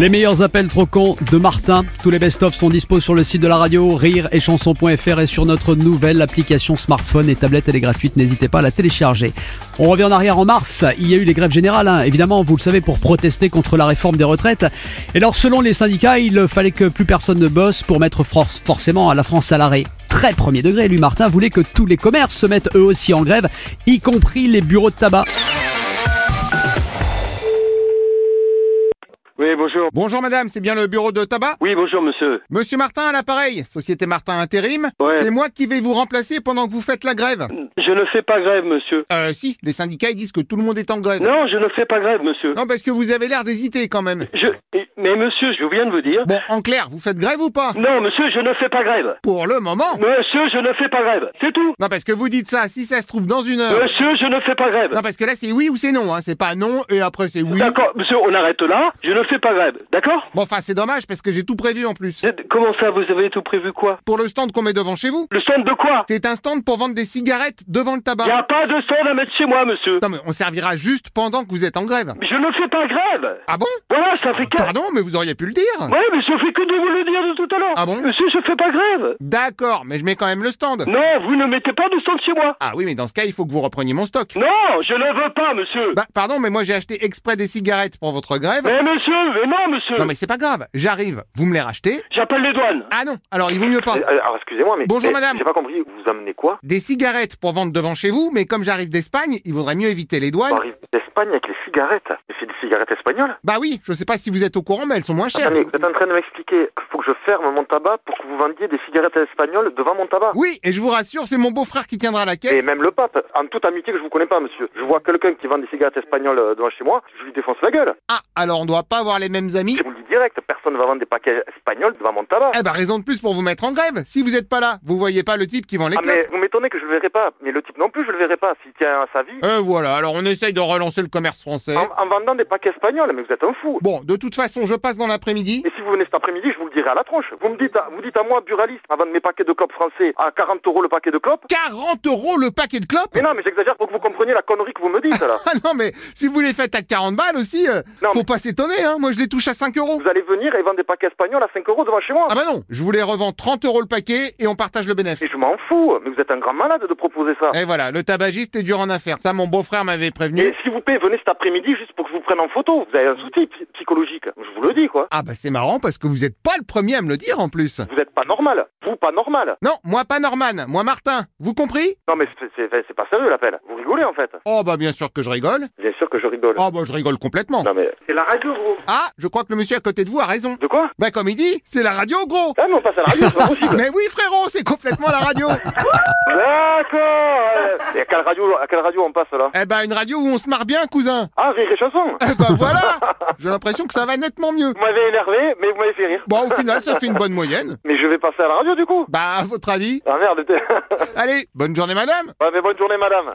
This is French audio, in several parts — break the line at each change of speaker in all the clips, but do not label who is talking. Les meilleurs appels trop cons de Martin. Tous les best-of sont dispo sur le site de la radio rire et chanson.fr et sur notre nouvelle application smartphone et tablette. Elle est gratuite, n'hésitez pas à la télécharger. On revient en arrière en mars. Il y a eu les grèves générales, hein. évidemment, vous le savez, pour protester contre la réforme des retraites. Et alors, selon les syndicats, il fallait que plus personne ne bosse pour mettre for- forcément à la France à l'arrêt très premier degré. Lui, Martin voulait que tous les commerces se mettent eux aussi en grève, y compris les bureaux de tabac.
Oui, bonjour.
Bonjour madame, c'est bien le bureau de tabac
Oui, bonjour, monsieur.
Monsieur Martin à l'appareil, Société Martin Intérim.
Ouais.
C'est moi qui vais vous remplacer pendant que vous faites la grève.
Je ne fais pas grève, monsieur.
Euh si, les syndicats ils disent que tout le monde est en grève.
Non, je ne fais pas grève, monsieur.
Non, parce que vous avez l'air d'hésiter quand même.
Je... Mais monsieur, je viens de vous dire.
Bon, en clair, vous faites grève ou pas
Non, monsieur, je ne fais pas grève.
Pour le moment.
Monsieur, je ne fais pas grève. C'est tout.
Non, parce que vous dites ça, si ça se trouve dans une heure.
Monsieur, je ne fais pas grève.
Non, parce que là c'est oui ou c'est non, hein. c'est pas non et après c'est oui.
D'accord, monsieur, on arrête là. Je ne fais pas grève. D'accord
Bon, enfin c'est dommage parce que j'ai tout prévu en plus.
C'est- Comment ça, vous avez tout prévu quoi
Pour le stand qu'on met devant chez vous.
Le stand de quoi
C'est un stand pour vendre des cigarettes devant le
Il n'y
tabac.
a pas de stand à mettre chez moi, monsieur.
Non mais on servira juste pendant que vous êtes en grève.
Je ne fais pas grève.
Ah bon
Voilà, ça fait quatre.
Pardon, mais vous auriez pu le dire.
Ouais, mais je fais que de vous le dire de tout à l'heure.
Ah bon
Monsieur, je fais pas grève.
D'accord, mais je mets quand même le stand.
Non, vous ne mettez pas de stand chez moi.
Ah oui, mais dans ce cas, il faut que vous repreniez mon stock.
Non, je ne veux pas, monsieur.
Bah, pardon, mais moi j'ai acheté exprès des cigarettes pour votre grève.
Mais monsieur, mais non, monsieur.
Non, mais c'est pas grave, j'arrive, vous me les rachetez.
J'appelle les douanes.
Ah non, alors il vaut mieux pas.
Eh, Alors, excusez-moi, mais.
Bonjour,
eh,
madame.
J'ai pas compris, vous amenez quoi
Des cigarettes pour vendre devant chez vous, mais comme j'arrive d'Espagne, il vaudrait mieux éviter les
On
douanes.
arrive d'Espagne avec les cigarettes. Mais c'est des cigarettes espagnoles
Bah oui, je sais pas si vous êtes au courant, mais elles sont moins chères.
Attendez, vous êtes en train de m'expliquer qu'il faut que je ferme mon tabac pour que vous vendiez des cigarettes espagnoles devant mon tabac
Oui, et je vous rassure, c'est mon beau-frère qui tiendra la
Et
caisse.
même le pape, en toute amitié que je vous connais pas, monsieur. Je vois quelqu'un qui vend des cigarettes espagnoles euh, devant chez moi, je lui défonce la gueule.
Ah, alors on doit pas avoir les mêmes amis.
Je vous le dis direct, personne ne va vendre des paquets espagnols devant mon tabac.
Eh bah raison de plus pour vous mettre en grève. Si vous êtes pas là, vous voyez pas le type qui vend les
Ah,
clopes.
mais vous m'étonnez que je le verrai pas. Mais le type non plus, je le verrai pas. S'il tient à sa vie,
Euh, voilà, alors on essaye de relancer le commerce français.
en, en vendant des paquets espagnols, mais vous êtes un fou.
Bon, de toute façon, je passe dans l'après-midi.
Et si vous venez cet après-midi, je vous le dirai à la tronche. Vous me dites, à- vous dites à moi, buraliste, à vendre mes paquets de clopes français à 40 euros le paquet de clopes
40 euros le paquet de clopes
Mais non, mais j'exagère pour que vous compreniez la connerie que vous me dites, là.
Ah non, mais si vous les faites à 40 balles aussi, euh,
Non,
faut
mais-
pas s'étonner, hein. Moi, je les touche à 5 euros.
Vous allez venir et vendre des paquets espagnols à 5 euros devant chez moi.
Ah bah non, je vous les revends 30 euros le paquet et on partage le
Et
bénéfice.
je m'en fous, mais vous êtes un grand malade de proposer ça.
Et voilà, le tabagiste est dur en affaires. Ça, mon beau-frère m'avait
Et
prévenu.
s'il vous plaît, venez cet après-midi juste pour que je vous prenne en photo. Vous avez un souci psy- psychologique. Je vous le dis, quoi.
Ah bah c'est marrant parce que vous êtes pas le premier à me le dire en plus.
Vous êtes pas normal. Vous, pas normal.
Non, moi pas Norman, moi Martin. Vous compris
Non, mais c'est- c'est c'est pas sérieux, l'appel. Vous rigolez, en fait.
Oh bah bien sûr que je rigole.
Bien sûr que je rigole.
Oh bah je rigole complètement.
Non, mais... C'est la radio, gros.
Ah, je crois que le monsieur à côté de vous a raison.
De quoi
Bah comme il dit, c'est la radio gros.
Ah, mais on passe à la radio, c'est pas possible.
Mais oui frérot, c'est complètement la radio.
D'accord euh, Et à quelle radio, à quelle radio on passe là
Eh ben une radio où on se marre bien cousin.
Ah, rire et chanson
Eh ben voilà J'ai l'impression que ça va nettement mieux.
Vous m'avez énervé, mais vous m'avez fait rire.
Bon, au final, ça fait une bonne moyenne.
Mais je vais passer à la radio du coup
Bah, à votre avis
Ah merde t'es-
Allez, bonne journée, madame
Ouais, mais bonne journée madame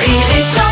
Rire et chanson.